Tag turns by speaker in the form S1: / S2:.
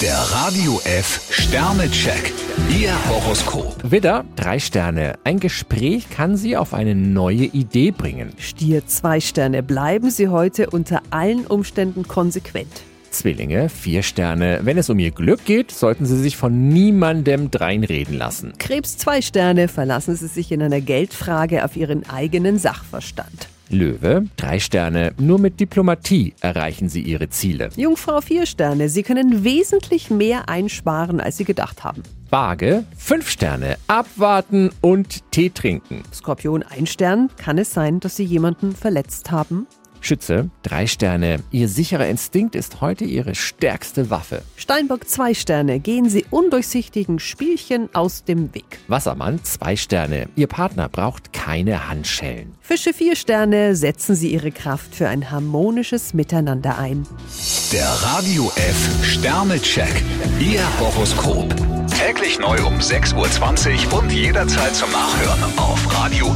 S1: Der Radio F Sternecheck. Ihr Horoskop.
S2: Widder, drei Sterne. Ein Gespräch kann Sie auf eine neue Idee bringen.
S3: Stier zwei Sterne, bleiben Sie heute unter allen Umständen konsequent.
S2: Zwillinge, vier Sterne. Wenn es um Ihr Glück geht, sollten Sie sich von niemandem dreinreden lassen.
S3: Krebs zwei Sterne, verlassen Sie sich in einer Geldfrage auf Ihren eigenen Sachverstand.
S2: Löwe, drei Sterne. Nur mit Diplomatie erreichen Sie Ihre Ziele.
S3: Jungfrau vier Sterne, Sie können wesentlich mehr einsparen, als Sie gedacht haben.
S2: Waage, fünf Sterne. Abwarten und Tee trinken.
S3: Skorpion ein Stern, kann es sein, dass Sie jemanden verletzt haben?
S2: Schütze, drei Sterne. Ihr sicherer Instinkt ist heute Ihre stärkste Waffe.
S3: Steinbock zwei Sterne, gehen Sie undurchsichtigen Spielchen aus dem Weg.
S2: Wassermann, zwei Sterne. Ihr Partner braucht keine Handschellen.
S3: Fische vier Sterne, setzen Sie Ihre Kraft für ein harmonisches Miteinander ein.
S1: Der Radio F Sternecheck. Ihr Horoskop. Täglich neu um 6.20 Uhr und jederzeit zum Nachhören auf Radio